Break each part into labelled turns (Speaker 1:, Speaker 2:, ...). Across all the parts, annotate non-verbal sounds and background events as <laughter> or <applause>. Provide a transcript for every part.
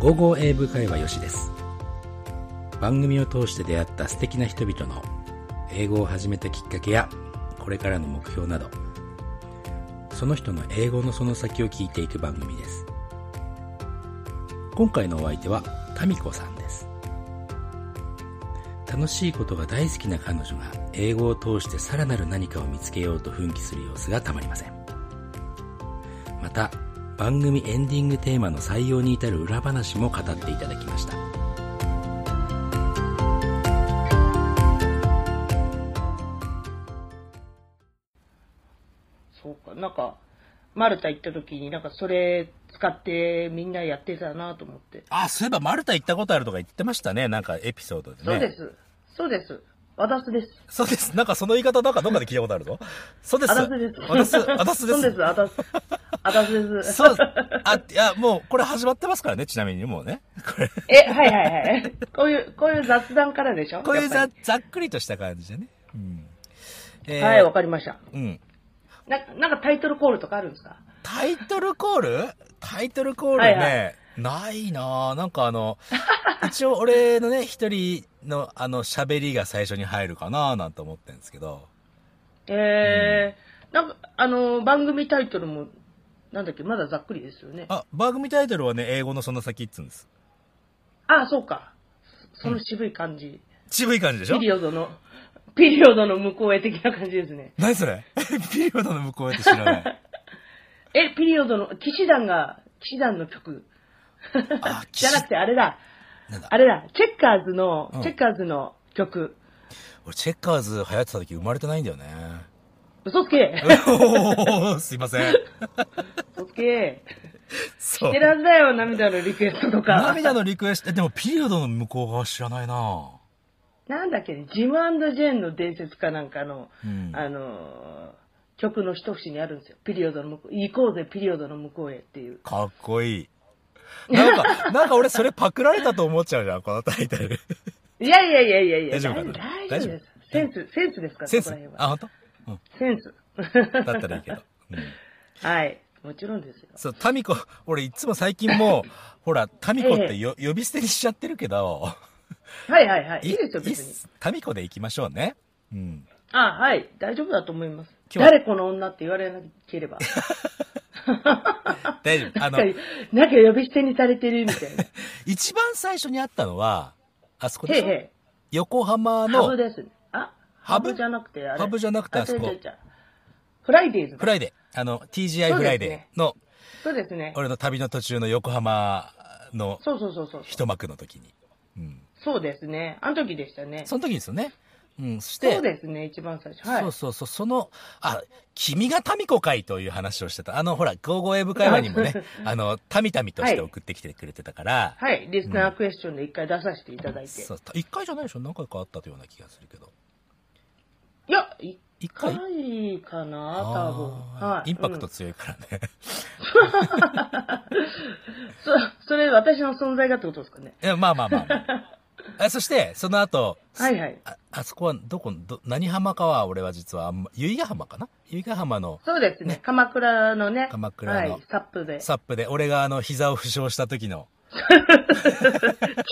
Speaker 1: 午後英語会話よしです番組を通して出会った素敵な人々の英語を始めたきっかけやこれからの目標などその人の英語のその先を聞いていく番組です今回のお相手はタミコさんです楽しいことが大好きな彼女が英語を通してさらなる何かを見つけようと奮起する様子がたまりませんまた番組エンディングテーマの採用に至る裏話も語っていただきました
Speaker 2: そうか、なんか、マルタ行った時になんかそれ使ってみんなやってたなと思って。
Speaker 1: あそういえばマルタ行ったことあるとか言ってましたねなんかエピソードでね
Speaker 2: そうです。そうです。私です。
Speaker 1: そうですなんかその言い方なんかどっかで聞いたことあるぞそうです
Speaker 2: 私です。
Speaker 1: 私私で
Speaker 2: <laughs> そうですす、私。私です。
Speaker 1: そうですあいやもうこれ始まってますからねちなみにもうねこれ
Speaker 2: え、はいはいはい。こういう、こういう雑談からでしょ
Speaker 1: こういう
Speaker 2: や
Speaker 1: ざ
Speaker 2: っぱ
Speaker 1: ざっくりとした感じでねうんえ
Speaker 2: り
Speaker 1: ー
Speaker 2: はい、わかりました。
Speaker 1: うん
Speaker 2: な、なんかタイトルコールとかあるんですか
Speaker 1: タイトルコールタイトルコールね、
Speaker 2: はいは
Speaker 1: ないなぁ。なんかあの、 <laughs> 一応俺のね、一人のあの喋りが最初に入るかなぁなんて思ってるんですけど。
Speaker 2: えー、なんか、あのー、番組タイトルも、なんだっけ、まだざっくりですよね。
Speaker 1: あ、番組タイトルはね、英語のその先っつうんです。
Speaker 2: あ、そうか。そその渋い感じ。
Speaker 1: 渋い感じでしょ
Speaker 2: ピリオドの、ピリオドの向こうへ的な感じですね。
Speaker 1: 何それ <laughs> ピリオドの向こうやって知ら
Speaker 2: <laughs>
Speaker 1: ない。
Speaker 2: え、ピリオドの、騎士団が、騎士団の曲。
Speaker 1: あ、
Speaker 2: じゃなくて、あれだ
Speaker 1: なんだ。
Speaker 2: あれだ。チェッカーズの、
Speaker 1: うん
Speaker 2: チェッカーズの曲。
Speaker 1: 俺チェッカーズ流行ってた時生まれてないんだ
Speaker 2: <laughs>
Speaker 1: よね。
Speaker 2: 嘘つけ
Speaker 1: おーすいません。
Speaker 2: 嘘つけ
Speaker 1: そ
Speaker 2: 知
Speaker 1: う。
Speaker 2: らんだよ、涙のリクエストとか。
Speaker 1: 涙のリクエスト、えでもピリオドの向こう側知らないなぁ。
Speaker 2: なんだっけね、ジムジェーンの伝説かなんかの、
Speaker 1: うん
Speaker 2: あのー曲の一節にあるんですよ。ピリオドの向こう、行こうぜ、ピリオドの向こうへっていう。
Speaker 1: かっこいい。なん
Speaker 2: <laughs>
Speaker 1: か、なんか俺それパクられたと思っちゃうじゃん、このタイトル。
Speaker 2: いやいやいやいやいや、
Speaker 1: 大丈夫かな
Speaker 2: 大大丈夫です。センス、センスですから、
Speaker 1: センス
Speaker 2: そこら辺は
Speaker 1: あ、本当？
Speaker 2: センス。
Speaker 1: うん。だったらいいけど。うん、
Speaker 2: はい。もちろんですよ。
Speaker 1: そう、タミコ、俺いつも最近もう、ほら、タミコってよ、呼び捨てにしちゃってるけど、
Speaker 2: はいはいはい。いいですよ、
Speaker 1: いいっ
Speaker 2: 別に。
Speaker 1: すタミコで行きましょうね。うん。
Speaker 2: あはい。大丈夫だと思います。
Speaker 1: 今日
Speaker 2: 誰この女って言われなければ。
Speaker 1: 大丈夫。あ
Speaker 2: <laughs> なん
Speaker 1: の
Speaker 2: か、、なんか呼び捨てにされてるみた
Speaker 1: <laughs>
Speaker 2: いな。
Speaker 1: 一番最初に会ったのは、あそこ
Speaker 2: へ
Speaker 1: で
Speaker 2: い
Speaker 1: しょ
Speaker 2: へ
Speaker 1: 横浜
Speaker 2: い。ハ
Speaker 1: の
Speaker 2: ブですね。あ
Speaker 1: ハ
Speaker 2: ハ
Speaker 1: ブ
Speaker 2: ブじゃなくて、あれ。
Speaker 1: ハブじゃなくてあ
Speaker 2: あ
Speaker 1: そ
Speaker 2: そ
Speaker 1: こ
Speaker 2: こ。違う違う違うフライデーズだ
Speaker 1: フライデー、あの、TGI
Speaker 2: そうですね
Speaker 1: フライデーの、
Speaker 2: そうですね。
Speaker 1: 俺の旅の途中の横浜の
Speaker 2: そうそうそうそう。
Speaker 1: 一幕の時に。うん。
Speaker 2: そうですね。あの時でしたね。
Speaker 1: その時ですよね。うん、そして、
Speaker 2: そうですね、一番最初。はい
Speaker 1: そう。そうそう、その、あ、君が民子かいという話をしてた。あの、ほら、ゴーゴーエブ会話にも
Speaker 2: <laughs>
Speaker 1: ね、あの、民々として送ってきてくれてたから、
Speaker 2: はい。リスナークエスチョンで一回出させていただいて。
Speaker 1: そう、一回じゃないでしょ何回かあったというような気がするけど。
Speaker 2: いや、一
Speaker 1: 一回
Speaker 2: 回かな、多分。
Speaker 1: あ
Speaker 2: は
Speaker 1: ー
Speaker 2: い。
Speaker 1: インパク
Speaker 2: うん
Speaker 1: ト強 <laughs> いからね。
Speaker 2: そ、それ私の存在がってことですかね。
Speaker 1: いやまあまあまあ、まああそして、その後、
Speaker 2: はいはい。
Speaker 1: ああそこはどこど、何浜かは俺は実はあんま、由比ヶ浜かな由比ヶ浜の
Speaker 2: そうですね。鎌倉のね。
Speaker 1: 鎌倉の
Speaker 2: はい。サップで。 <laughs>
Speaker 1: サップで、俺があの、膝を負傷した時の、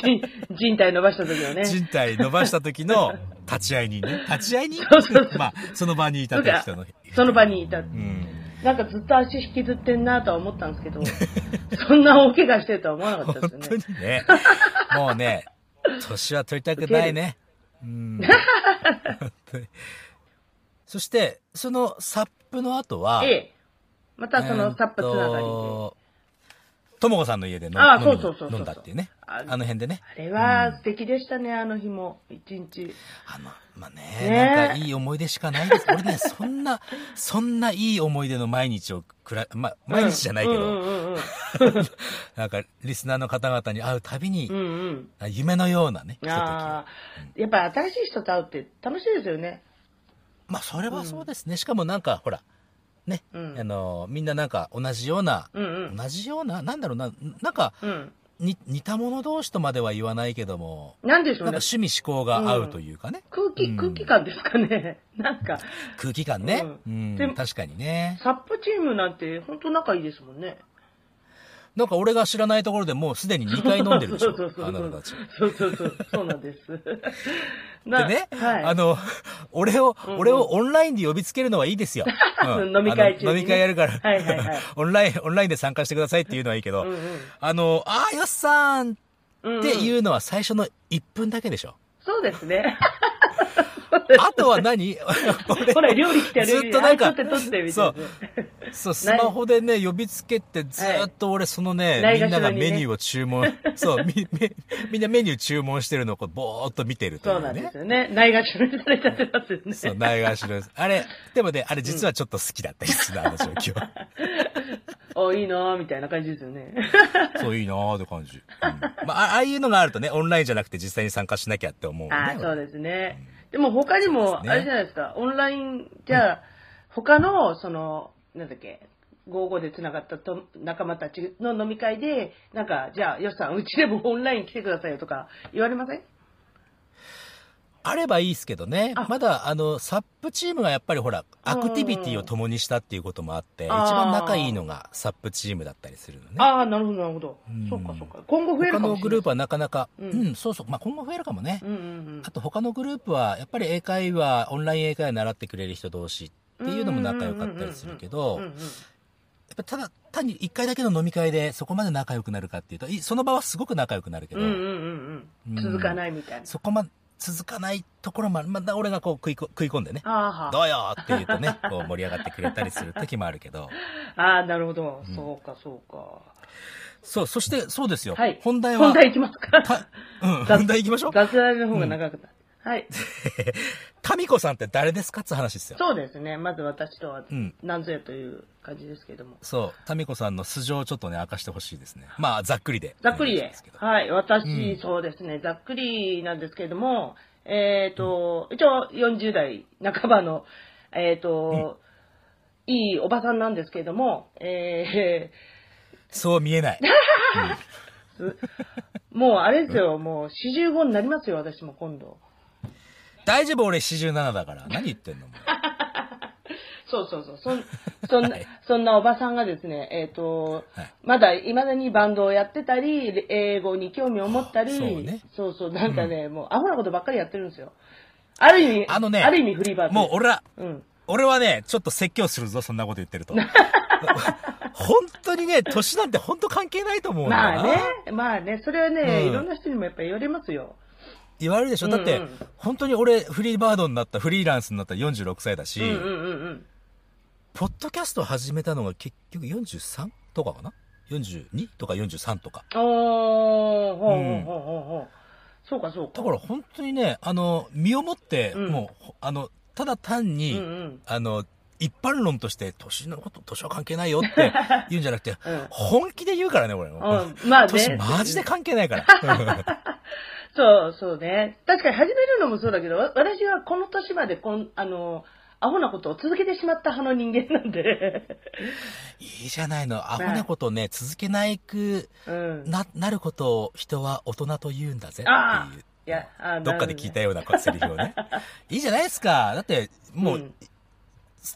Speaker 2: 人人体伸ばした時の
Speaker 1: <laughs>
Speaker 2: ね。
Speaker 1: 人体伸ばした時
Speaker 2: <laughs>
Speaker 1: の立ち会い人ね。立ち会い人
Speaker 2: そうそうそう
Speaker 1: まあ、その場にいた人の。
Speaker 2: その場にいた。
Speaker 1: うん。
Speaker 2: なんかずっと足引きずってんなとは思ったんですけど、 <laughs> そんな大怪我してるとは思わなかった
Speaker 1: 本
Speaker 2: です
Speaker 1: 当
Speaker 2: よ
Speaker 1: に
Speaker 2: ね。
Speaker 1: ね。もうね、年は取りたくないね。
Speaker 2: <laughs>
Speaker 1: うん。本当にそして、そのサップの後は、
Speaker 2: ええ。またそのサップつながりで。
Speaker 1: で。ともこさんの家で飲ん
Speaker 2: あ
Speaker 1: 飲み
Speaker 2: そうそうそうそう
Speaker 1: 飲んだっていうね。あ
Speaker 2: あ
Speaker 1: の辺でね。
Speaker 2: あれは素敵でしたね、あの日も。一日。
Speaker 1: あの、まあね、
Speaker 2: ね
Speaker 1: なんかいい思い出しかないです。俺ね、そんな、そんないい思い出の毎日をくら、まあ、毎日じゃないけど、
Speaker 2: うんうんうん
Speaker 1: なんか、リスナーの方々に会うたびに、
Speaker 2: うん。う
Speaker 1: <laughs>
Speaker 2: んうん
Speaker 1: あ夢のようなね、ひととき
Speaker 2: あ
Speaker 1: を
Speaker 2: あ、やっぱ新しい人と会うって楽しいですよね。
Speaker 1: まあ、それはそうですね。しかもなんか、ほら、ね、
Speaker 2: うん
Speaker 1: あの、みんななんか同じような、
Speaker 2: うんうん。
Speaker 1: 同じような、なんだろうな、なんか、
Speaker 2: うん。
Speaker 1: に似た者同士とまでは言わないけども、
Speaker 2: なんでし
Speaker 1: なんか
Speaker 2: ょうね。
Speaker 1: 趣味思考が合うというかね、
Speaker 2: 空気、空気感ですかね。 <laughs> なんか、
Speaker 1: 空気感ね。う、
Speaker 2: うんんで
Speaker 1: 確かにね。
Speaker 2: サップチームなんて本当仲いいですもんね。
Speaker 1: なんか俺が知らないところでもうすでに2回飲んでるでしょあなたたち。
Speaker 2: そうそうそう、そうなん
Speaker 1: <laughs>
Speaker 2: です。
Speaker 1: で
Speaker 2: な
Speaker 1: ね、
Speaker 2: はい。
Speaker 1: あの、俺を、
Speaker 2: うんうん
Speaker 1: 俺をオンラインで呼びつけるのはいいです
Speaker 2: <laughs>
Speaker 1: よ。うん
Speaker 2: 飲み会中にね
Speaker 1: あの飲み会やるから、
Speaker 2: はいはい
Speaker 1: <laughs>
Speaker 2: はい
Speaker 1: オンライン、オンラインで参加してくださいっていうのはいいけど、
Speaker 2: うん
Speaker 1: あの、あーよっさんっ
Speaker 2: うん。。
Speaker 1: ていううのは最初の1分だけでしょ。
Speaker 2: そうです
Speaker 1: <laughs>
Speaker 2: ね。
Speaker 1: あとは
Speaker 2: <laughs>
Speaker 1: 何俺
Speaker 2: ほら、料理来てる。
Speaker 1: ずっとなんか
Speaker 2: あ取って取ってみたいな。
Speaker 1: そう、スマホでね、呼びつけて、ずーっと俺、そのね、
Speaker 2: ない
Speaker 1: みんなが
Speaker 2: ないがしろに
Speaker 1: メ
Speaker 2: ね
Speaker 1: ニューを注
Speaker 2: <laughs>
Speaker 1: 文、そう、み、み、みんなメニュー注文してるのをこう、ぼーっと見てるとい
Speaker 2: そう
Speaker 1: う
Speaker 2: なんで
Speaker 1: ね
Speaker 2: す。よね。ないがしろにされちゃってますよね。
Speaker 1: そう、ないがしろです。あれ、でもね、あれ実はちょっと好きだったりするな、あの状況。
Speaker 2: <laughs> お、いいなぁ、みたいな感じですよね。
Speaker 1: そう、いいなーって感じ。うんまあ、あああいうのがあるとね、オンラインじゃなくて実際に参加しなきゃって思う、ね。
Speaker 2: ああ、そう
Speaker 1: 俺
Speaker 2: ですね。でも他に
Speaker 1: そう
Speaker 2: も、
Speaker 1: ですね
Speaker 2: あれじゃないですか、オンライン、じゃあ、他の、その、なんだっけ、55でつながったと仲間たちの飲み会で、なんか、じゃあ、よしさん、うちでもオンライン来てくださいよとか言われません
Speaker 1: あればいいですけどね
Speaker 2: あ。
Speaker 1: まだ、あの、サップチームがやっぱりほら、アクティビティを共にしたっていうこともあって、一
Speaker 2: あー
Speaker 1: 番仲いいのがサップチームだったりするのね。
Speaker 2: ああ、なるほど、なるほど
Speaker 1: うん。
Speaker 2: そうか、そうか。今後増える
Speaker 1: 他
Speaker 2: か
Speaker 1: の
Speaker 2: もし
Speaker 1: グ
Speaker 2: れ
Speaker 1: ル
Speaker 2: ない
Speaker 1: ー。プはなかなか、う、
Speaker 2: うんん
Speaker 1: そうそう、まあ、今後増えるかもね。
Speaker 2: うんうん
Speaker 1: あと他のグループは、やっぱり英会話、オンライン英会話習ってくれる人同士っていうのも仲良かったりするけど、
Speaker 2: うん。うん
Speaker 1: やっ
Speaker 2: うん
Speaker 1: ぱただ単に一回だけの飲み会でそこまで仲良くなるかっていうと、いその場はすごく仲良くなるけど、
Speaker 2: うんうんうんうん。続かないみたいな。
Speaker 1: そこまで続かないところまで、まだ俺がこう食いこ食い込んでね、
Speaker 2: あー
Speaker 1: どうよって言うとね、 <laughs> こう盛り上がってくれたりする時もあるけど、
Speaker 2: あー、なるほど。そうか、そうか。
Speaker 1: そう、そしてそうですよ、
Speaker 2: はい。
Speaker 1: 本題は、
Speaker 2: 本題いきますか。
Speaker 1: たうん、本題行きましょう。
Speaker 2: 雑談の方が長くなる。はい。
Speaker 1: タミコさんって誰ですかって話ですよ。
Speaker 2: そうですね。まず私とは
Speaker 1: うん、
Speaker 2: 何ぞやという感じですけども。
Speaker 1: そう、タミコさんの素性をちょっとね、明かしてほしいですね。まあ、ざっくりで。
Speaker 2: ざっくり
Speaker 1: お願
Speaker 2: で
Speaker 1: いしますけ。ど
Speaker 2: はい。
Speaker 1: うん
Speaker 2: 私、そうですね。ざっくりなんですけども、えっと、一応40代半ばの、えっと、いいおばさんなんですけども、え
Speaker 1: そう見え
Speaker 2: <laughs>
Speaker 1: ない。
Speaker 2: ー、もうあれですよ、もう45になりますよ、私も今度。
Speaker 1: 大丈夫、俺47だから。何言ってんのもう
Speaker 2: そうそうそう。そん、そんな、
Speaker 1: <laughs> はい
Speaker 2: そんなおばさんがですね、えっ、と、
Speaker 1: はい
Speaker 2: まだ未だにバンドをやってたり、れ英語に興味を持ったり、
Speaker 1: そうね
Speaker 2: そうそうなんかね、もうアホなことばっかりやってるんですよ。ある意味、
Speaker 1: あのね
Speaker 2: <laughs> ある意味フリーバーです
Speaker 1: もう俺は、
Speaker 2: うん。
Speaker 1: 俺はね、ちょっと説教するぞ、そんなこと言ってる
Speaker 2: <laughs>
Speaker 1: と。本当にね、年なんて本当関係ないと思うんだよな。
Speaker 2: まあね、まあね、それはね、
Speaker 1: うん
Speaker 2: いろんな人にもやっぱり言われますよ。
Speaker 1: 言われるでしょだって、
Speaker 2: うんうん
Speaker 1: 本当に俺、フリーバードになった、フリーランスになった46歳だし、
Speaker 2: うんうんうんうん。
Speaker 1: ポッドキャスト始めたのが結局 43? とかかな ?42 とか43とか。
Speaker 2: おー、ほうほ
Speaker 1: うん
Speaker 2: うほうほうほう。そうかそうか。
Speaker 1: だから本当にね、あの、身をもって、
Speaker 2: うん
Speaker 1: もう、あの、ただ単に、
Speaker 2: うんうん。
Speaker 1: あの、一般論として、年のこと、年は関係ないよ
Speaker 2: <laughs>
Speaker 1: って言うんじゃなくて、
Speaker 2: うん
Speaker 1: <laughs> 本気で言うからね、俺も。
Speaker 2: うん、まあね。
Speaker 1: 年マジで関係ないから。
Speaker 2: <laughs> そうそうね。確かに始めるのもそうだけど、わ私はこの年までこん、あの、アホなことを続けてしまった派の人間なんで。
Speaker 1: <laughs> いいじゃないの。アホなことをね、続けないく
Speaker 2: うん。
Speaker 1: な、なることを人は大人と言うんだぜ
Speaker 2: あ
Speaker 1: っていう。
Speaker 2: いや、あ
Speaker 1: どっかで聞いた
Speaker 2: よ。
Speaker 1: ようなこうセリフを
Speaker 2: <laughs>
Speaker 1: ね。いいじゃないですか。だって、もう、
Speaker 2: ん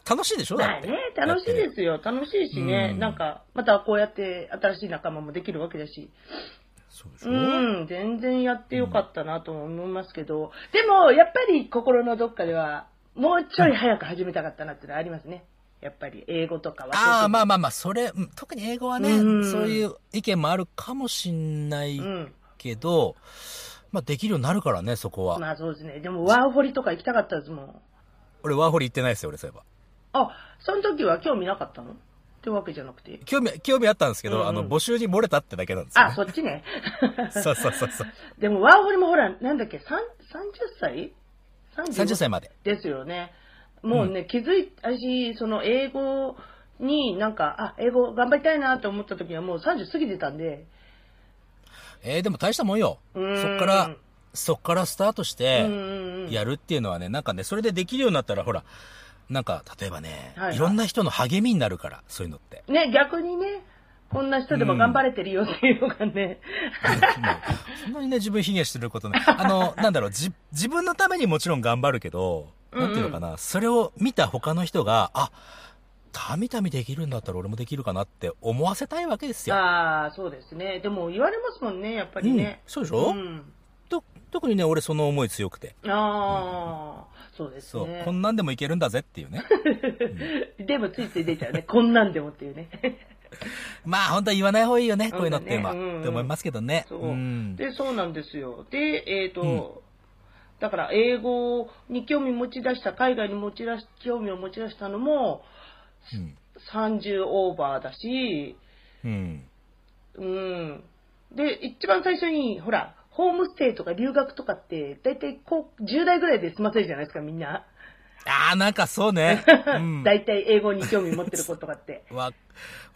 Speaker 1: 楽しいでしょ
Speaker 2: ま
Speaker 1: だ
Speaker 2: あ
Speaker 1: って。
Speaker 2: ね、楽しいですよ。楽しいしね。
Speaker 1: うん
Speaker 2: なんか、またこうやって新しい仲間もできるわけだし。
Speaker 1: そうでしょ、
Speaker 2: うん、全然やってよかったなと思いますけど。でも、やっぱり心のどっかでは、もうちょい早く始めたかったなっていうのはありますね。やっぱり、英語とかは特に。
Speaker 1: ああ、まあまあまあ、それ、うん特に英語はね、
Speaker 2: うん
Speaker 1: そういう意見もあるかもしんない
Speaker 2: うん。
Speaker 1: けど、まあできるようになるからね、そこは。
Speaker 2: まあそうですね。でもワーホリとか行きたかったですもん。
Speaker 1: 俺、ワーホリ行ってないですよ、俺、そういえば。
Speaker 2: あ、その時は興味なかったのってわけじゃなくて。
Speaker 1: 興味、興味あったんですけど、
Speaker 2: うんうん
Speaker 1: あの、募集に漏れたってだけなんですよ、
Speaker 2: あ、
Speaker 1: ね。
Speaker 2: そっちね。 <laughs>
Speaker 1: そうそうそうそう。
Speaker 2: でもワーホリもほら、なんだっけ、さん30歳 ?35
Speaker 1: 30歳まで。
Speaker 2: ですよね。もうね、気づい、私、その英語になんか、あ、英語頑張りたいなと思った時はもう30過ぎてたんで。
Speaker 1: えー、でも大したもんよ。
Speaker 2: うーん
Speaker 1: そっから、そっからスタートして
Speaker 2: うんうんうん
Speaker 1: やるっていうのはね、なんかね、それでできるようになったら、ほら、なんか、例えばね、
Speaker 2: はいはい
Speaker 1: いろんな人の励みになるから、そういうのって。
Speaker 2: ね、逆にね、こんな人でも頑張れてるよっていうのがね。
Speaker 1: もうそんなにね、自分卑下してることない。あの、なんだろう、じ、自分のためにもちろん頑張るけど、なんていうのかな、それを見た他の人が、あ、たみたみできるんだったら俺もできるかなって思わせたいわけですよ。
Speaker 2: ああ、そうですね。でも言われますもんね、やっぱりね。
Speaker 1: うんそうでしょ
Speaker 2: うん
Speaker 1: と特にね、俺その思い強くて。
Speaker 2: ああ、そうです
Speaker 1: そう、
Speaker 2: ね。
Speaker 1: こんなんでもいけるんだぜっていうね。 <laughs>
Speaker 2: <laughs> でもついつい出ちゃうね。こんなんでもっていうね。
Speaker 1: まあ本当は言わない方がいいよね、こういうのっていうのは。
Speaker 2: うんうん
Speaker 1: って思いますけどね。
Speaker 2: <laughs> そう。
Speaker 1: ん。
Speaker 2: で、そうなんですよ。で、えっ、と、
Speaker 1: うん
Speaker 2: だから英語に興味持ち出した、海外に持ち出し、興味を持ち出したのも
Speaker 1: うん。
Speaker 2: 30オーバーだし、
Speaker 1: うん。
Speaker 2: うん。で、一番最初に、ほら、ホームステイとか留学とかって、だいたいこう10代ぐらいで済ませるじゃないですか、みんな。
Speaker 1: ああ、なんかそうね。
Speaker 2: <laughs>
Speaker 1: うん。
Speaker 2: だいたい英語に興味持ってる子とかって。
Speaker 1: <laughs> わ、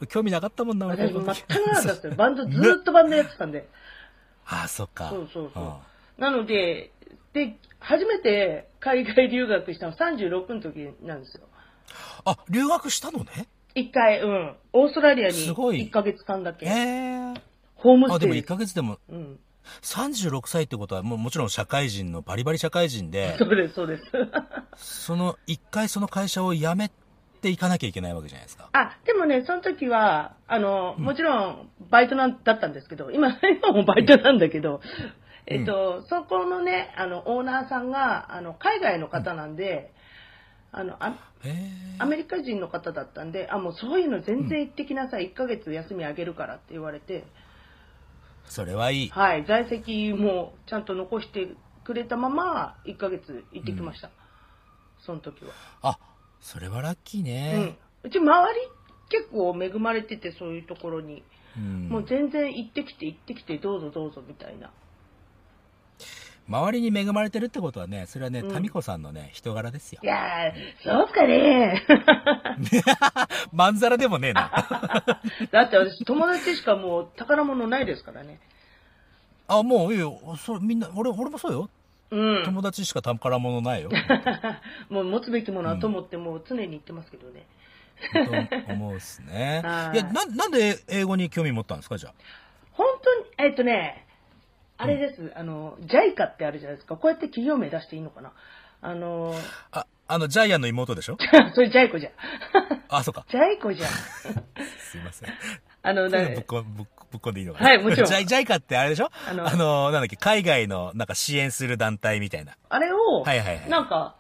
Speaker 1: 興味なかったもんな、俺
Speaker 2: 私、真っ
Speaker 1: あ
Speaker 2: 赤なだったよ。バンド、ずーっとバンドやってたんで。
Speaker 1: <laughs> あー、そっか。
Speaker 2: そうそうそう
Speaker 1: あ
Speaker 2: なので、で、初めて海外留学したの36の時なんですよ。
Speaker 1: ーあ、留学したのね。
Speaker 2: 一回、うん。オーストラリアに
Speaker 1: すごい
Speaker 2: 1ヶ月間だ
Speaker 1: え
Speaker 2: け。
Speaker 1: え
Speaker 2: ホーム
Speaker 1: あ、
Speaker 2: ス
Speaker 1: でも
Speaker 2: テ
Speaker 1: 1
Speaker 2: イ。
Speaker 1: ヶ月でも、
Speaker 2: うん。
Speaker 1: 36歳ってことは、もうもちろん社会人の、バリバリ社会人で、
Speaker 2: そうです、そ
Speaker 1: <laughs>
Speaker 2: うです。
Speaker 1: その、一回その会社を辞めていかなきゃいけないわけじゃないですか。
Speaker 2: あ、でもね、その時は、あの、もちろん、バイトなんだったんですけど、今、今もバイトなんだけど、
Speaker 1: うん
Speaker 2: えっと、そこのね、あの、オーナーさんが、あの、海外の方なんで、あの、あ
Speaker 1: へ
Speaker 2: ア
Speaker 1: え。
Speaker 2: メリカ人の方だったんで、あ、もうそういうの全然行ってきなさい、1ヶ月休みあげるからって言われて、
Speaker 1: それはいい。
Speaker 2: はい、在籍もちゃんと残してくれたまま、1ヶ月行ってきました、その時は。
Speaker 1: あ、それはラッキー
Speaker 2: うん
Speaker 1: ね。、
Speaker 2: うち、周り、結構恵まれてて、そういうところに、
Speaker 1: うん
Speaker 2: もう全然行ってきて、行ってきて、どうぞどうぞみたいな。
Speaker 1: 周りに恵まれてるってことはね、それはね、
Speaker 2: うん
Speaker 1: タミコさんのね、人柄ですよ
Speaker 2: い。やー、そうっすかね
Speaker 1: まんざらでもねえな。
Speaker 2: <laughs> だって私、友達しかもう宝物ないですからね。
Speaker 1: あ、もういいよ。それみんな、俺、俺もそうよ。
Speaker 2: うん。
Speaker 1: 友達しか宝物ない
Speaker 2: <laughs>
Speaker 1: よ。
Speaker 2: もう持つべきものはと思って、もう常に言ってますけどね。
Speaker 1: と思うっすね。
Speaker 2: はい
Speaker 1: いや、な、なんで英語に興味持ったんですか、じゃあ。
Speaker 2: 本当に、えっ、とね、あれです、あの、JICA ってあるじゃないですか。こうやって企業名出していいのかな。あの、
Speaker 1: あ、あの、ジャイアンの妹でしょ
Speaker 2: <laughs> それ JICA じゃん。
Speaker 1: あ、そうか。
Speaker 2: JICA じゃん。
Speaker 1: すいません。
Speaker 2: あの、
Speaker 1: <laughs> ぶ
Speaker 2: だ
Speaker 1: っこ、ぶっぶっこんでいいのかな
Speaker 2: はいもちろん
Speaker 1: <laughs> ジャイ、ジャイカってあれでしょ
Speaker 2: あ
Speaker 1: あ
Speaker 2: の
Speaker 1: のなんだっけ、海外の、なんか支援する団体みたいな。
Speaker 2: あれを、
Speaker 1: はいはいはい
Speaker 2: なんか、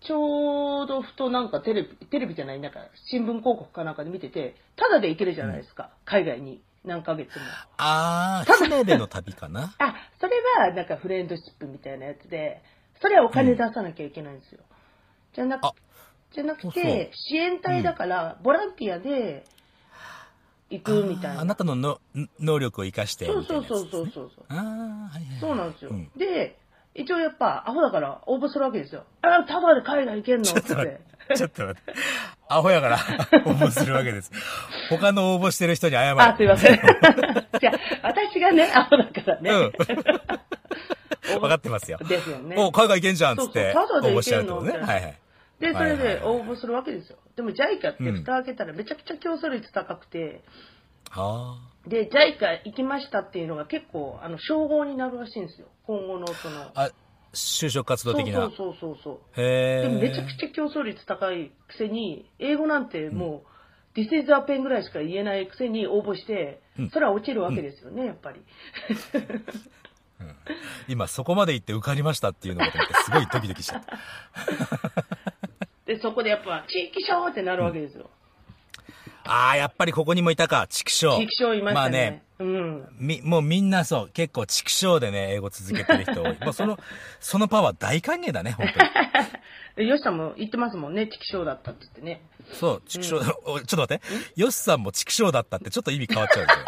Speaker 2: ちょうどふとなんかテレビ、テレビじゃない、なんか新聞広告かなんかで見てて、ただで行けるじゃないですか。海外に何ヶ月も。
Speaker 1: あー、船での旅かな
Speaker 2: あ、それはなんかフレンドシップみたいなやつで、それはお金出さなきゃいけないんですよ。じゃなく
Speaker 1: あ、
Speaker 2: じゃなくて、
Speaker 1: そうそう
Speaker 2: 支援隊だから、ボランティアで行くみたいな。
Speaker 1: あなたのの能力を生かして
Speaker 2: そう
Speaker 1: みたい
Speaker 2: そ
Speaker 1: な
Speaker 2: う
Speaker 1: やつ
Speaker 2: そ
Speaker 1: ですね、
Speaker 2: うそうそうそう。
Speaker 1: あー、はいはいはい。
Speaker 2: そうなんですよ。
Speaker 1: うん
Speaker 2: で、一応やっぱ、アホだから応募するわけですよ。あ、タダで海外行けんの
Speaker 1: ちょっと
Speaker 2: つっ。
Speaker 1: 待ってて、ちょっと待って。アホやから <laughs> 応募するわけです。他の応募してる人に謝る。
Speaker 2: あ、すいません。 <laughs> じゃあ、私がね、アホだからね。
Speaker 1: うん。分かってますよ。
Speaker 2: ですよね。
Speaker 1: お、海外行けんじゃんっつって、
Speaker 2: そうそうただで
Speaker 1: 応
Speaker 2: 行
Speaker 1: 募し
Speaker 2: け
Speaker 1: ちゃ
Speaker 2: る
Speaker 1: うって
Speaker 2: の
Speaker 1: ことね。はいはい。
Speaker 2: で、それ
Speaker 1: はいはい
Speaker 2: で
Speaker 1: はい
Speaker 2: 応募するわけですよ。でも JICA って
Speaker 1: うん
Speaker 2: 蓋開けたらめちゃくちゃ競争率高くて、
Speaker 1: はあ。
Speaker 2: で、JICA 行きましたっていうのが結構、あの、称号になるらしいんですよ。今後のその。
Speaker 1: あ、就職活動
Speaker 2: そう
Speaker 1: 的
Speaker 2: そ
Speaker 1: な
Speaker 2: う。そうそうそう。
Speaker 1: へ
Speaker 2: で
Speaker 1: え。
Speaker 2: もめちゃくちゃ競争率高いくせに、英語なんてもう、This is a pen ぐらいしか言えないくせに応募して
Speaker 1: うん、
Speaker 2: それは落ちるわけですよね、やっぱり。
Speaker 1: 今そこまで行って受かりましたっていうのがと思って <laughs> すごいドキドキしちゃった。
Speaker 2: で、そこでやっぱ、地域賞ってなるわけですよ。
Speaker 1: ああ、やっぱりここにもいたか、畜生。
Speaker 2: 地域賞いまし
Speaker 1: まあ
Speaker 2: た
Speaker 1: ね
Speaker 2: ね。。うん。
Speaker 1: み、もうみんなそう、結構畜生でね、英語続けてる人
Speaker 2: <laughs>
Speaker 1: 多い。もうその、そのパワー大歓迎だね、本当に。
Speaker 2: でヨシさんも言ってますもんね、地域賞だったって言ってね。
Speaker 1: そう、畜生、おちょっと待って。ヨシさんも畜生だったってちょっと意味変わっちゃうんですよ。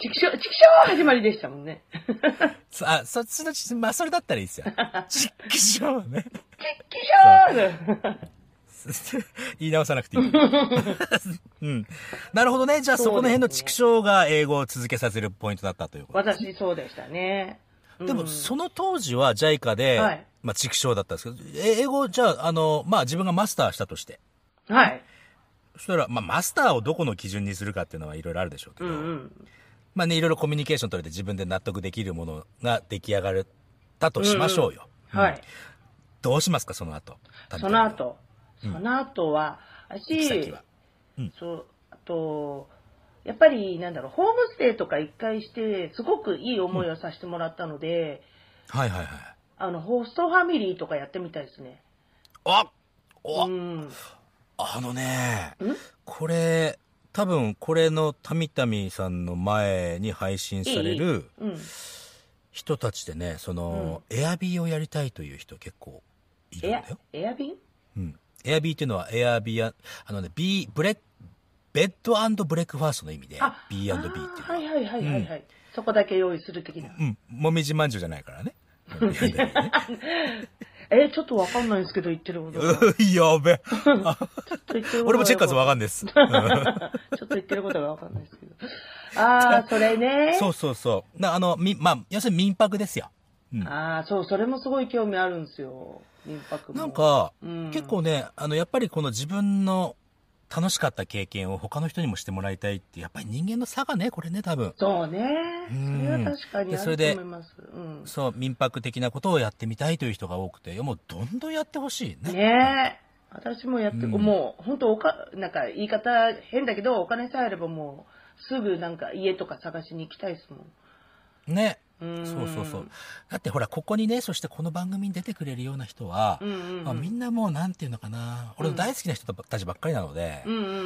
Speaker 2: 地域賞、地域賞始まりでしたもんね。
Speaker 1: そあ、そっちのち、まあそれだったらいい
Speaker 2: <laughs>
Speaker 1: ですよ。畜生ね。
Speaker 2: 地域賞
Speaker 1: <laughs> 言い直さなくていい。うん。なるほどね。じゃあそこの辺の畜生が英語を続けさせるポイントだったということ。
Speaker 2: 私、そうでしたね。うん
Speaker 1: でも、その当時は JICA で、
Speaker 2: はい
Speaker 1: まあ、畜生だったんですけど、え英語をじゃあ、あの、まあ、自分がマスターしたとして、
Speaker 2: はい。
Speaker 1: そしたら、まあ、マスターをどこの基準にするかっていうのはいろいろあるでしょうけ
Speaker 2: うん
Speaker 1: ど、
Speaker 2: うん。
Speaker 1: まあね、いろいろコミュニケーション取れて自分で納得できるものが出来上がったとしましょうよ。
Speaker 2: はい。
Speaker 1: どうしますか、その後。
Speaker 2: その後、かな、あとは、
Speaker 1: 行き
Speaker 2: 私、
Speaker 1: 先は。
Speaker 2: そう、あと、やっぱり、なんだろう、ホームステイとか一回して、すごくいい思いをさせてもらったので、
Speaker 1: はいはいはい。
Speaker 2: あの、ホストファミリーとかやってみたいですね。
Speaker 1: あお、
Speaker 2: うん。
Speaker 1: あのね
Speaker 2: ん、
Speaker 1: これ、多分これのタミタミさんの前に配信される
Speaker 2: うん。
Speaker 1: 人たちでね、その、エアビーをやりたいという人結構いるん
Speaker 2: エア
Speaker 1: だよ。、
Speaker 2: エア便
Speaker 1: うん。エアビーっていうのはエアビーや、あのね、ビー、ブレ、ベッドブレックファーストの意味で、
Speaker 2: あ
Speaker 1: B&B っていうの
Speaker 2: あー
Speaker 1: は
Speaker 2: はいはいはいはいはい。そこだけ用意する的な。
Speaker 1: うん、もみじまんじゅうじゃないから
Speaker 2: <laughs>
Speaker 1: ね。や
Speaker 2: えーちょっとわかんないんですけど、言ってる
Speaker 1: <laughs>
Speaker 2: こと。ちょっ
Speaker 1: べ。
Speaker 2: と言ってることが
Speaker 1: 俺もチェッカーズわかんないです。
Speaker 2: ちょっと言ってることがわかんないです
Speaker 1: <laughs>
Speaker 2: けど。ああ、それね。
Speaker 1: そうそうそう。なあの、み、まあ、要するに民泊ですよ。うん
Speaker 2: ああ、そう、それもすごい興味あるんですよ。民泊も。
Speaker 1: なん、か、
Speaker 2: うん、
Speaker 1: 結構ね、あの、やっぱりこの自分の楽しかった経験を他の人にもしてもらいたいって、やっぱり人間の差がね、これね、多分。
Speaker 2: そうね。
Speaker 1: うん
Speaker 2: それは確かに
Speaker 1: で
Speaker 2: あ
Speaker 1: それ
Speaker 2: ると
Speaker 1: で
Speaker 2: 思います。うん。
Speaker 1: そう、民泊的なことをやってみたいという人が多くて、もうどんどんやってほしいね。
Speaker 2: ねえ。私もやって、
Speaker 1: うん
Speaker 2: もう、本当おか、なんか言い方変だけど、お金さえあればもう、すぐなんか家とか探しに行きたいですも
Speaker 1: ね。
Speaker 2: ん。うん。
Speaker 1: そうそうそう。。だってほら、ここにね、そしてこの番組に出てくれるような人は、
Speaker 2: うんうん、うん。
Speaker 1: まあ、みんなもうなんていうのかな俺の大好きな人たちばっかりなので、
Speaker 2: うんうんうんう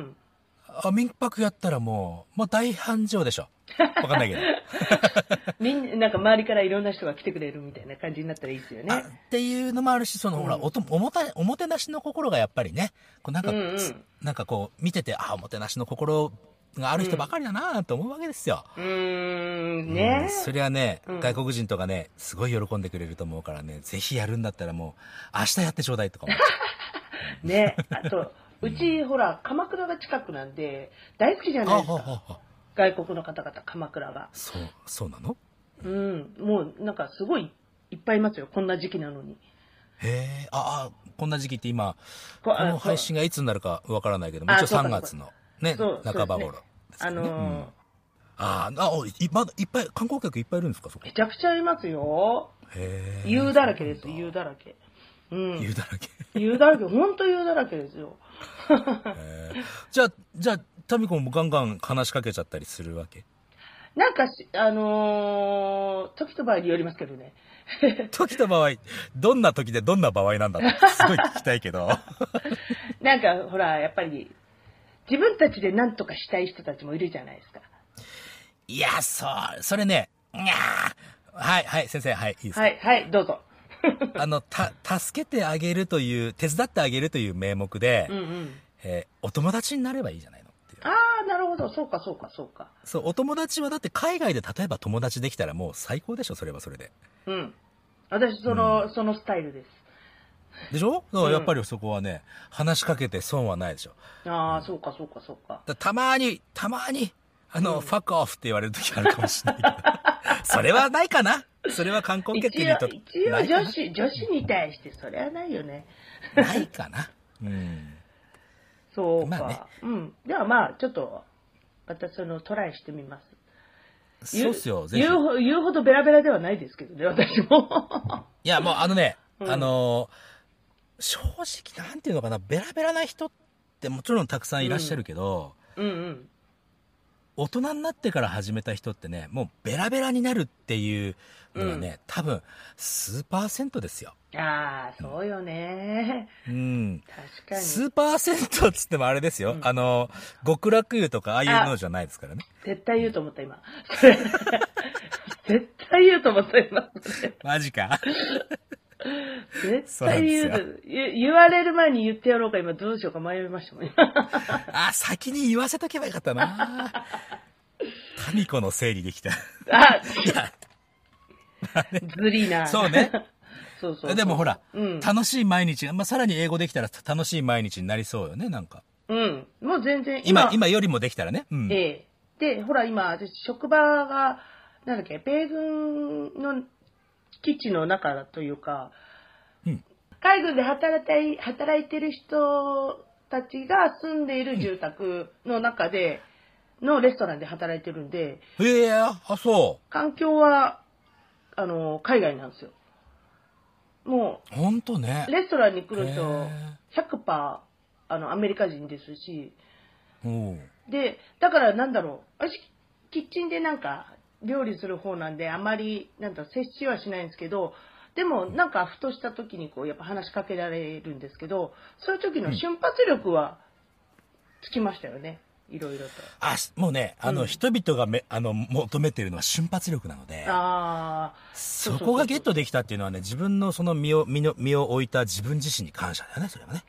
Speaker 2: ん。
Speaker 1: あ民泊やったらもう、もう大繁盛でしょわかんないけど、
Speaker 2: みんな、なんか周りからいろんな人が来てくれるみたいな感じになったらいいですよ
Speaker 1: あ
Speaker 2: ね。
Speaker 1: っていうのもあるしそのほら、
Speaker 2: うん
Speaker 1: おとおもたおもてなしの心がやっぱりねこうなんか、
Speaker 2: うんうん
Speaker 1: つなんかこう見ててあおもてなしの心がある人ばかりだなと思うわけですよ、
Speaker 2: うーん、ね
Speaker 1: うんそれはね、
Speaker 2: うん
Speaker 1: 外国人とかねすごい喜んでくれると思うからねぜひやるんだったらもう明日やってちょうだいと
Speaker 2: <laughs>
Speaker 1: か思っちゃう
Speaker 2: ね、あと、うち、ほら、鎌倉が近くなんで、大好きじゃ
Speaker 1: あ
Speaker 2: ない
Speaker 1: は
Speaker 2: ですか。
Speaker 1: はは
Speaker 2: 外国の方々、鎌倉が。
Speaker 1: そうそうなの
Speaker 2: うん、もう、なんかすごいいっぱいいますよ、こんな時期なのに。
Speaker 1: へえああこんな時期って今
Speaker 2: こ
Speaker 1: この配信がいつになるかわからないけども、一応
Speaker 2: あそうか
Speaker 1: 3月のね
Speaker 2: そう、そう
Speaker 1: 半ば頃
Speaker 2: そう
Speaker 1: です
Speaker 2: あ
Speaker 1: よね。うん
Speaker 2: の
Speaker 1: あーあ、おいまだいっぱい、観光客いっぱいいるんですか、そこ
Speaker 2: ー、め。ちゃくちゃいますよ。
Speaker 1: へえ。
Speaker 2: 言うだらけです、言
Speaker 1: 言
Speaker 2: う
Speaker 1: う
Speaker 2: だらけ。うん。
Speaker 1: だらけ。
Speaker 2: 言うだらけ、ほんと言うだらけですよ。
Speaker 1: へーじゃあ、じゃあ、タミコもガンガン話しかけちゃったりするわけ
Speaker 2: なんかし、あのー、時と場合によりますけどね。
Speaker 1: 時と場合、どんな時でどんな場合なんだって、すごい聞きたいけ
Speaker 2: <laughs>
Speaker 1: ど。
Speaker 2: なんか、ほら、やっぱり、自分たちで何とかしたい人たちもいるじゃないですか。
Speaker 1: いや、そう、それね、いやーはい、はい、先生、はい、いいですか。
Speaker 2: はい、はい、どうぞ。
Speaker 1: あの、た、助けてあげるという、手伝ってあげるという名目で、
Speaker 2: うんうん。
Speaker 1: えーお友達になればいいじゃないのっていう。
Speaker 2: ああ、なるほど。そうか、そうか、そうか。
Speaker 1: そう、お友達はだって海外で例えば友達できたらもう最高でしょ、それはそれで。
Speaker 2: うん。私、その、そのスタイルです。
Speaker 1: でしょだか
Speaker 2: うん
Speaker 1: らやっぱりそこはね、話しかけて損はないでしょ。
Speaker 2: ああ、そうか、そうか、そうか。
Speaker 1: だたまに、たまに、あの、ファックオフって言われる時あるかもしれないけ
Speaker 2: <laughs>
Speaker 1: ど。それはないかなそれは観光
Speaker 2: 一
Speaker 1: 客に
Speaker 2: 応、
Speaker 1: と
Speaker 2: 一応
Speaker 1: ないか
Speaker 2: 女
Speaker 1: な
Speaker 2: 子、女子に対して、それはないよね。
Speaker 1: ないかな。うん。
Speaker 2: そうか。
Speaker 1: まあね
Speaker 2: うん。では、まあ、ちょっと、またその、トライしてみます。
Speaker 1: そうっすよ、ぜひ。
Speaker 2: 言う言う
Speaker 1: い
Speaker 2: ほ言うほどベラベラではないですけどね、私も。 <laughs>
Speaker 1: や、もうあのね、
Speaker 2: うん
Speaker 1: あのー正直なんていうのかな、ベラベラな人ってもちろんたくさんいらっしゃるけど、
Speaker 2: うんうん。
Speaker 1: 大人になってから始めた人ってね、もうベラベラになるっていうのはね、多分、数パーセントですよ。
Speaker 2: ああ、そうよね。
Speaker 1: うん。
Speaker 2: 確かに。
Speaker 1: 数パーセントっつってもあれですよ。
Speaker 2: うん
Speaker 1: あの、極楽湯とかああいうのじゃないですからね。
Speaker 2: 絶対言うと思った、今。 <laughs> それ絶対言うと思った、
Speaker 1: <laughs>
Speaker 2: 今。
Speaker 1: マジか。
Speaker 2: 絶
Speaker 1: そうなん
Speaker 2: 対
Speaker 1: で
Speaker 2: 言
Speaker 1: す
Speaker 2: う
Speaker 1: よ
Speaker 2: と言言われる前に言ってやろうか、今どうしようか迷いましたもん。 <laughs>
Speaker 1: あ、先に言わせとけばよかったな。タミコの整理できた。い
Speaker 2: あ、
Speaker 1: や、
Speaker 2: <laughs> ずりーな。
Speaker 1: そうね。
Speaker 2: そうそうそう。
Speaker 1: でもほら、
Speaker 2: うん。
Speaker 1: 楽しい毎日が、まあ、さらに英語できたら楽しい毎日になりそうよね、なんか。
Speaker 2: うん。もう全然
Speaker 1: 今、今よりもできたらね。うん。
Speaker 2: ええで、ほら、今、私、職場が、なんだっけ、米軍の基地の中というか、
Speaker 1: うん
Speaker 2: 海軍で働いたい働いてる人たちが住んでいる住宅の中で、のレストランで働いてるんで、
Speaker 1: へえあ、そう。
Speaker 2: 環境は、あの、海外なんですよ。も
Speaker 1: ほんとね
Speaker 2: う、。レストランに来る
Speaker 1: へ
Speaker 2: と
Speaker 1: ー、
Speaker 2: 100%、あの、アメリカ人ですし、
Speaker 1: おう
Speaker 2: で、だからなんだろう、私、キッチンでなんか、料理する方なんで、あまり、なんだろう、接しはしないんですけど、でも、なんか、ふとした時に、こう、やっぱ話しかけられるんですけど、そういう時の瞬発力は、つきましたよね。いろいろと。
Speaker 1: あ、しもうね、あの、人々がめ、あの、求めてるのは瞬発力なので、
Speaker 2: ああ、
Speaker 1: そこがゲットできたっていうのはね、自分のその身を、身の、身を置いた自分自身に感謝だよね、それはね。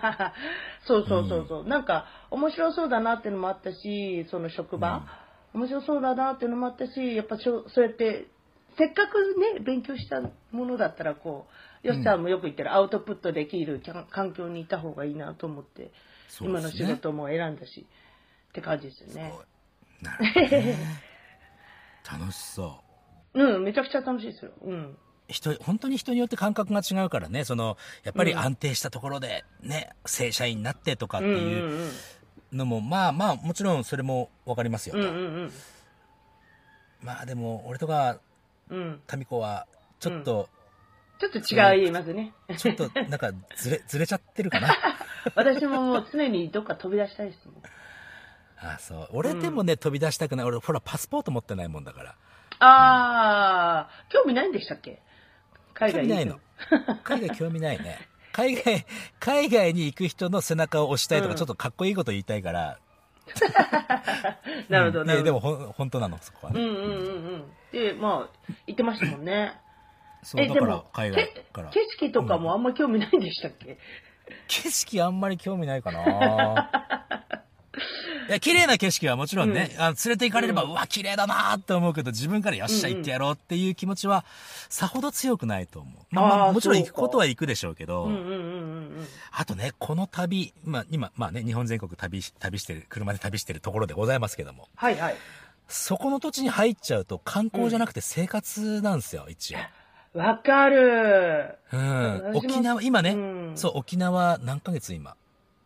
Speaker 2: <laughs> そうそうそうそう、なんか面白そうだなっていうのもあったしその職場、面白そうだなっていうのもあったしやっぱしょそうやってせっかくね勉強したものだったらこうよしさんもよく言ってる、アウトプットできるきゃ環境にいた方がいいなと思って、
Speaker 1: そうで
Speaker 2: 今
Speaker 1: すね
Speaker 2: の仕事も選んだしって感じですよね
Speaker 1: なるほどね。楽しそう。
Speaker 2: うんめちゃくちゃ楽しいですようん
Speaker 1: 人、本当に人によって感覚が違うからね、その、やっぱり安定したところで、ね、正社員になってとかって
Speaker 2: うんう
Speaker 1: いうんのも、まあまあ、もちろんそれもわかりますよ
Speaker 2: うんう
Speaker 1: と。
Speaker 2: んうん
Speaker 1: まあでも、俺とか、
Speaker 2: うんうん
Speaker 1: 民子は、ちょっと、
Speaker 2: ちょっと違いますね
Speaker 1: ちょっと、なんか、ずれ、ずれちゃってるかな。 <laughs>
Speaker 2: 私ももう常にどっか飛び出したいですもん
Speaker 1: あそう。俺でもね、飛び出したくない。俺、ほら、パスポート持ってないもんだから。
Speaker 2: ああ、興味ないんでしたっけ海
Speaker 1: 興
Speaker 2: 外
Speaker 1: 味
Speaker 2: に
Speaker 1: ないの。海外興味ないね。海外、海外に行く人の背中を押したいとか、
Speaker 2: うん
Speaker 1: ちょっとかっこいいこと言いたいから。
Speaker 2: なるほど、
Speaker 1: うん
Speaker 2: な
Speaker 1: ね、
Speaker 2: る
Speaker 1: で
Speaker 2: ほど。
Speaker 1: も、ほん、本当なの、そこは
Speaker 2: うん
Speaker 1: ね。
Speaker 2: うんうんうん。で、まあ、言ってましたもんね。
Speaker 1: そう、だ
Speaker 2: で
Speaker 1: から
Speaker 2: も、、
Speaker 1: 海外
Speaker 2: け
Speaker 1: から。
Speaker 2: 景色とかもあんま興味ないんでしたっけ、
Speaker 1: 景色あんまり興味ないか
Speaker 2: <laughs>
Speaker 1: ないや、綺麗な景色はもちろんね、あの連れて行かれれば、うわ、綺麗だなって思うけど、自分からよっしゃ行ってやろうっていう気持ちは、さほど強くないと思う。まあ、ま
Speaker 2: あ
Speaker 1: あ、
Speaker 2: ー
Speaker 1: もちろん
Speaker 2: そう
Speaker 1: 行
Speaker 2: か
Speaker 1: くことは行くでしょうけど、
Speaker 2: うん、うんうんうんうん。
Speaker 1: あとね、この旅、まあ、今、まあね、日本全国旅し、旅してる、車で旅してるところでございますけども、
Speaker 2: はいはい。
Speaker 1: そこの土地に入っちゃうと観光じゃなくて生活なんですよ、一応。
Speaker 2: わかる。
Speaker 1: うん。
Speaker 2: 私も
Speaker 1: 沖縄、今ね、
Speaker 2: うん
Speaker 1: そう、沖縄何ヶ月今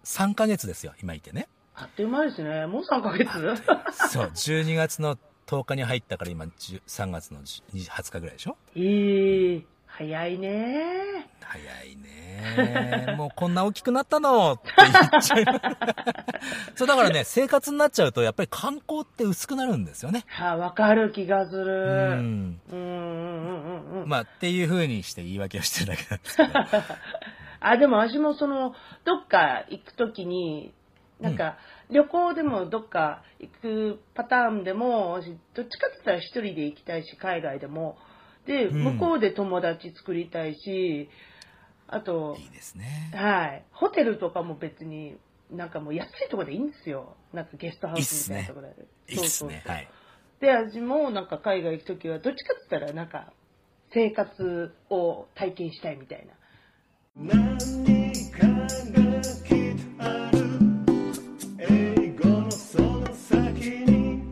Speaker 1: ?3 ヶ月ですよ、今いて <laughs> ね。
Speaker 2: あっという間ですね。もう3ヶ月 <laughs>
Speaker 1: そう、12月の10日に入ったから今、10 3月の10 20日ぐらいでしょ
Speaker 2: いい。早いね。
Speaker 1: 早いね。もうこんな大きくなったのって言っちゃいます。 <laughs> そう、だからね、生活になっちゃうと、やっぱり観光って薄くなるんですよね。
Speaker 2: はあ、わかる気がす
Speaker 1: う
Speaker 2: る。
Speaker 1: ん。
Speaker 2: うんうんうんうんうん。
Speaker 1: まあ、っていう風にして言い訳をしてるだけなんですけど。
Speaker 2: あ、でも私もその、どっか行くときに、なんか、旅行でもどっか行くパターンでも、私どっちかって言ったら一人で行きたいし、海外でも。で、
Speaker 1: うん
Speaker 2: 向こうで友達作りたいし、あと、
Speaker 1: いいですね。
Speaker 2: はい、ホテルとかも別に、なんかもう安いところでいいんですよ。なんかゲストハウスみたいなところで。
Speaker 1: いいっすね。はい。
Speaker 2: で、私もなんか海外行くときは、どっちかって言ったらなんか、生活を体験したいみたいな。
Speaker 3: 何かがきっとある英語のその先に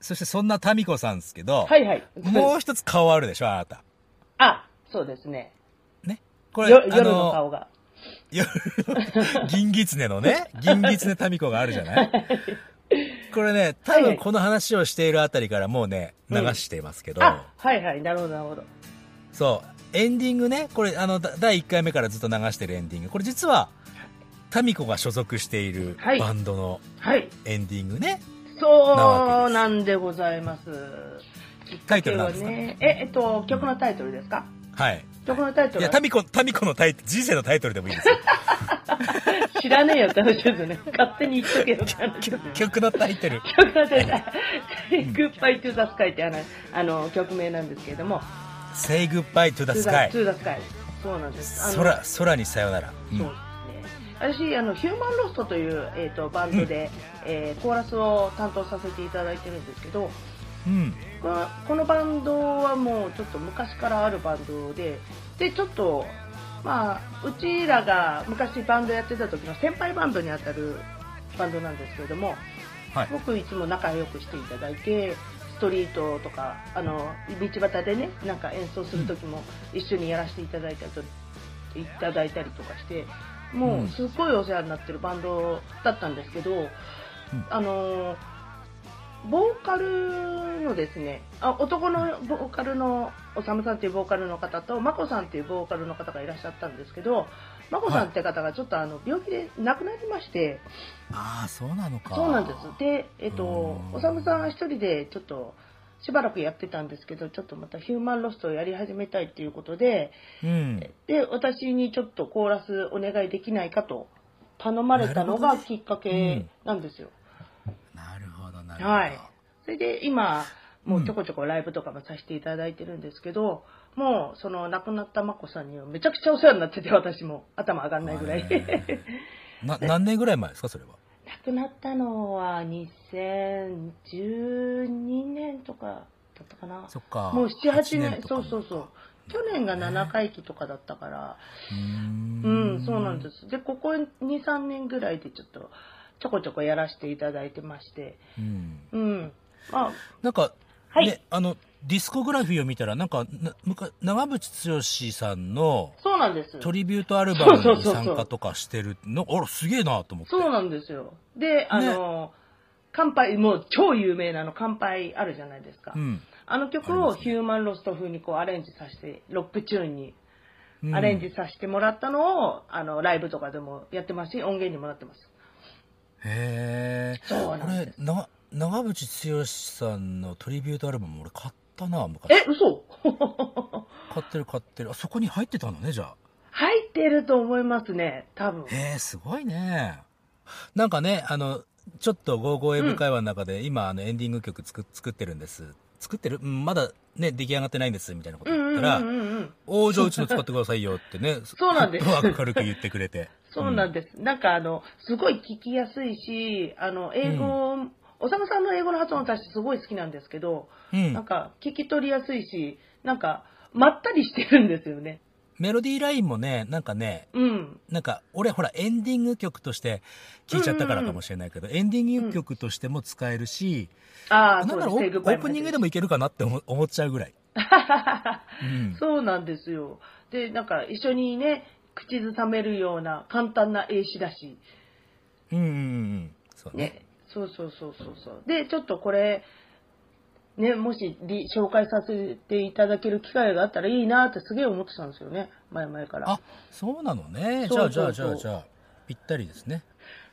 Speaker 1: そしてそんなタミコさんですけど、
Speaker 2: はいはい。
Speaker 1: もう一つ顔あるでしょ、あなた。
Speaker 2: あ、そうですね。
Speaker 1: ね。これ、
Speaker 2: よ
Speaker 1: あ
Speaker 2: 夜の顔が。
Speaker 1: 夜の銀狐のね、銀狐民子があるじゃない
Speaker 2: <laughs>
Speaker 1: これね、多分この話をしているあたりからもうね、流していますけど、
Speaker 2: あ、はいはい、なるほど、なるほど。
Speaker 1: そう、エンディングね、これ、あの、だ第1回目からずっと流してるエンディング、これ実は、民子が所属している
Speaker 2: はい
Speaker 1: バンドの
Speaker 2: はい。
Speaker 1: エンディングね、
Speaker 2: そうなんでございます。
Speaker 1: タイトルなんですか
Speaker 2: ね、え、えっと、曲のタイトルですか
Speaker 1: はい。
Speaker 2: 曲のタイ
Speaker 1: い
Speaker 2: トル
Speaker 1: や、
Speaker 2: は
Speaker 1: 民子、民子のタイトル、人生のタイトルでもいい
Speaker 2: <laughs>
Speaker 1: ですよ。
Speaker 2: 知らねえよって話ですよ
Speaker 1: <laughs>
Speaker 2: ね。勝手に言っとけよって話ですね。
Speaker 1: 曲のタイトル。
Speaker 2: 曲のタイト <laughs> ル、グッバイトゥザスカイってあのあの曲名なんですけれども、
Speaker 1: Say goodbye to
Speaker 2: ト
Speaker 1: the sky.
Speaker 2: ゥザスカイ。そうなんです。あの
Speaker 1: 空、空にさよなら。うん
Speaker 2: そうですね。私あのヒューマンロストというえっ、とバンド
Speaker 1: <laughs>
Speaker 2: で、えーコーラスを担当させていただいてるんですけど、
Speaker 1: うん。
Speaker 2: このこのバンドはもうちょっと昔からあるバンドで、でちょっとまあうちらが昔バンドやってた時の先輩バンドにあたるバンドなんですけれども、
Speaker 1: はい
Speaker 2: すご。くいつも仲良くしていただいて。ストリートとかあの道端でねなんか演奏する時も一緒にやらせていただいたりといただいたりとかしてもうすっごいお世話になってるバンドだったんですけど、あのーボーカルのですねあ男のボーカルのおさむさんっていうボーカルの方と、まこさんっていうボーカルの方がいらっしゃったんですけど、まこさんって方がちょっとあの病気で亡くなりまして、
Speaker 1: ああ、そうなのか。
Speaker 2: そうなんです。で、えっと、
Speaker 1: うん
Speaker 2: おさむさん一人でちょっと、しばらくやってたんですけど、ちょっとまたヒューマンロストをやり始めたいっていうことで、
Speaker 1: うん。
Speaker 2: で、私にちょっとコーラスお願いできないかと頼まれたの
Speaker 1: な
Speaker 2: が
Speaker 1: るほどね
Speaker 2: きっかけなんですよ。
Speaker 1: なるほど、なるほど。
Speaker 2: はい。それで今、もううんちょこちょこライブとかもさせていただいてるんですけど、もうその亡くなったまこさんにはめちゃくちゃお世話になってて、私も頭上がんないぐらい。
Speaker 1: へ <laughs> な、何年ぐらい前ですか、それは。
Speaker 2: <laughs> 亡くなったのは2012年とかだったかな。
Speaker 1: そっか。
Speaker 2: もう7、8
Speaker 1: と
Speaker 2: 年、
Speaker 1: か
Speaker 2: そ
Speaker 1: も
Speaker 2: うそうそう。去年が7回忌とかだったから、
Speaker 1: うーん
Speaker 2: うん、そうなんです。で、ここ2、3年ぐらいでちょっと、ちょこちょこやらせていただいてまして、
Speaker 1: うん。
Speaker 2: うん。まあ、
Speaker 1: なんか、
Speaker 2: はい
Speaker 1: ね、あの、ディスコグラフィーを見たら、なんか、なむか長渕剛さんの
Speaker 2: そうなんです。
Speaker 1: トリビュートアルバム
Speaker 2: そう
Speaker 1: に
Speaker 2: そうそうそう
Speaker 1: 参加とかしてるの、あら、すげえなと思って。
Speaker 2: そうなんですよ。で、あの、乾杯、もう超有名なあの乾杯あるじゃないですか。
Speaker 1: うん。
Speaker 2: あの曲をヒューマンロスト風にこうアレンジさせて、ロックチューンに
Speaker 1: うん
Speaker 2: アレンジさせてもらったのを、あの、ライブとかでもやってますし、音源にもなってます。
Speaker 1: へえ。
Speaker 2: そうなんで
Speaker 1: 俺
Speaker 2: す。
Speaker 1: な、長渕剛さんのトリビュートアルバム俺買ったな、昔。
Speaker 2: え、嘘 <laughs>
Speaker 1: 買ってる買ってる。あ、そこに入ってたのね、じゃあ。
Speaker 2: 入ってると思いますね、多分。
Speaker 1: えー、すごいね。なんかね、あの、ちょっと GoGo 英語会話の中で、今、あの、エンディング曲作作ってるんです。作ってるうん、まだね、出来上がってないんです、みたいなこと
Speaker 2: うん
Speaker 1: 言
Speaker 2: う
Speaker 1: っ
Speaker 2: んう
Speaker 1: たら、
Speaker 2: んうんうん。
Speaker 1: おー、じゃあうちの使ってくださいよってね、
Speaker 2: <laughs> そうな
Speaker 1: <laughs>
Speaker 2: んです
Speaker 1: フットワーク軽く言ってくれて。
Speaker 2: <laughs> そうなんです。なんかあの、すごい聞きやすいし、あの、英語、おさむさんの英語の発音私すごい好きなんですけど、
Speaker 1: うん。う
Speaker 2: なんん。か聞き取りやすいし、なんかまったりしてるんですよね。
Speaker 1: メロディーラインもね、なんかね、
Speaker 2: うん。
Speaker 1: なんか、俺、ほら、エンディング曲として聴いちゃったからかもしれないけど、エンディング曲としても使えるし、
Speaker 2: ああ、
Speaker 1: なんだろ、
Speaker 2: そう
Speaker 1: オ
Speaker 2: です
Speaker 1: ーオープニングで。もいけるかなって思思っちゃうぐ
Speaker 2: <laughs>
Speaker 1: らい。うん。
Speaker 2: そうなんですよ。で、なんか一緒にね、口ずさめるような簡単な英詞だし、
Speaker 1: うんうんうん。そうね。
Speaker 2: ね。そうそうそうそうそう。で、ちょっとこれ、ね、もしリ紹介させていただける機会があったらいいなってすげえ思ってたんですよね。前々から。
Speaker 1: あ、そうなのね。じゃ
Speaker 2: そ
Speaker 1: あ、
Speaker 2: う
Speaker 1: じゃ
Speaker 2: そ
Speaker 1: あ、
Speaker 2: うそう
Speaker 1: じゃあ、じゃあ、ぴったりです
Speaker 2: <laughs>
Speaker 1: ね。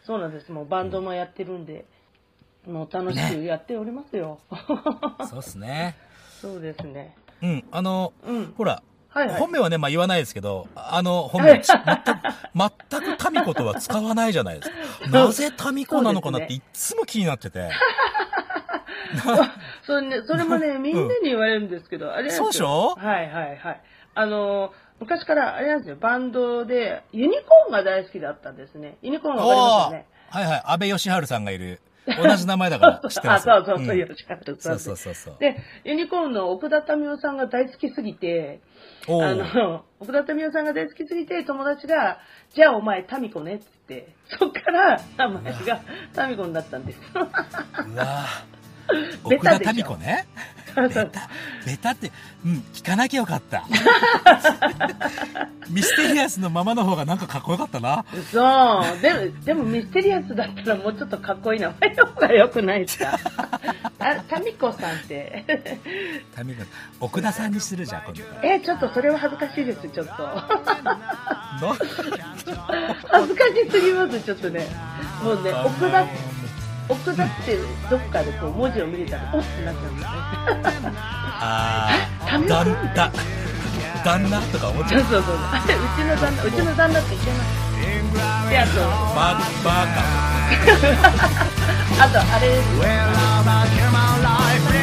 Speaker 2: そうなんです。もうバンドもやってるんで、もう楽しくやっておりますよ。
Speaker 1: そうっすね。
Speaker 2: そうですね。
Speaker 1: うん、あの、
Speaker 2: うん。
Speaker 1: ほら、
Speaker 2: はいはい
Speaker 1: 本。名はね、まあ言わないですけど、あの、本名、ち全く、全く民子とは使わないじゃない
Speaker 2: <laughs>
Speaker 1: ですか。なぜ民子なのかなっていっつも気になってて。
Speaker 2: それね、それもね、みんなに言われるんですけど、あれなんですよ
Speaker 1: そうでしょ
Speaker 2: はいはいはい。あの、昔からあれなんですよ、バンドで、ユニコーンが大好きだったんですね。ユニコーンわかりますよね。
Speaker 1: はいはい、安倍義治さんがいる。同じ名前だから知ってま
Speaker 2: あ、
Speaker 1: す。
Speaker 2: <laughs> そうそうそう、
Speaker 1: ん
Speaker 2: よろしかったです
Speaker 1: そうそうそうそう。
Speaker 2: で、ユニコーンの奥田民生さんが大好きすぎて、
Speaker 1: お
Speaker 2: あ
Speaker 1: ー
Speaker 2: の、奥田民生さんが大好きすぎて、友達が、じゃあお前、タミコねって言って、そっから名前がタミコになったんです。 <laughs>
Speaker 1: うわぁ。
Speaker 2: ベタ
Speaker 1: 奥
Speaker 2: でしょ
Speaker 1: 田民子ね。
Speaker 2: そう
Speaker 1: ベ
Speaker 2: そ
Speaker 1: タ
Speaker 2: う、
Speaker 1: <laughs> ベタって、うん、聞かなきゃよか <laughs> った。ミステリアスのままの方がなんかかっこよかったな。
Speaker 2: 嘘でも、でもミステリアスだったらもうちょっとかっこいい名前の方が良くないですかあ、タミコさんって。
Speaker 1: 民子、奥田さんにするじゃん、
Speaker 2: <laughs>
Speaker 1: 今度から。
Speaker 2: え、ちょっとそれは恥ずかしいです、ちょっと。
Speaker 1: の
Speaker 2: 恥ずかしすぎます、ちょっとね。もうね、奥田、奥田ってどっかでこう文字を見れたら、おってなっちゃうんですね。 <laughs>
Speaker 1: あ
Speaker 2: タミ
Speaker 1: ー、
Speaker 2: コ
Speaker 1: だんだ、旦那とか思っち
Speaker 2: そ
Speaker 1: ゃ
Speaker 2: う
Speaker 1: う。
Speaker 2: そうそう。あれうちの旦那、うちの旦那って言ってます。で、あと、
Speaker 1: バー、バーカ
Speaker 2: あと、あれです。
Speaker 3: Well, I've been my life.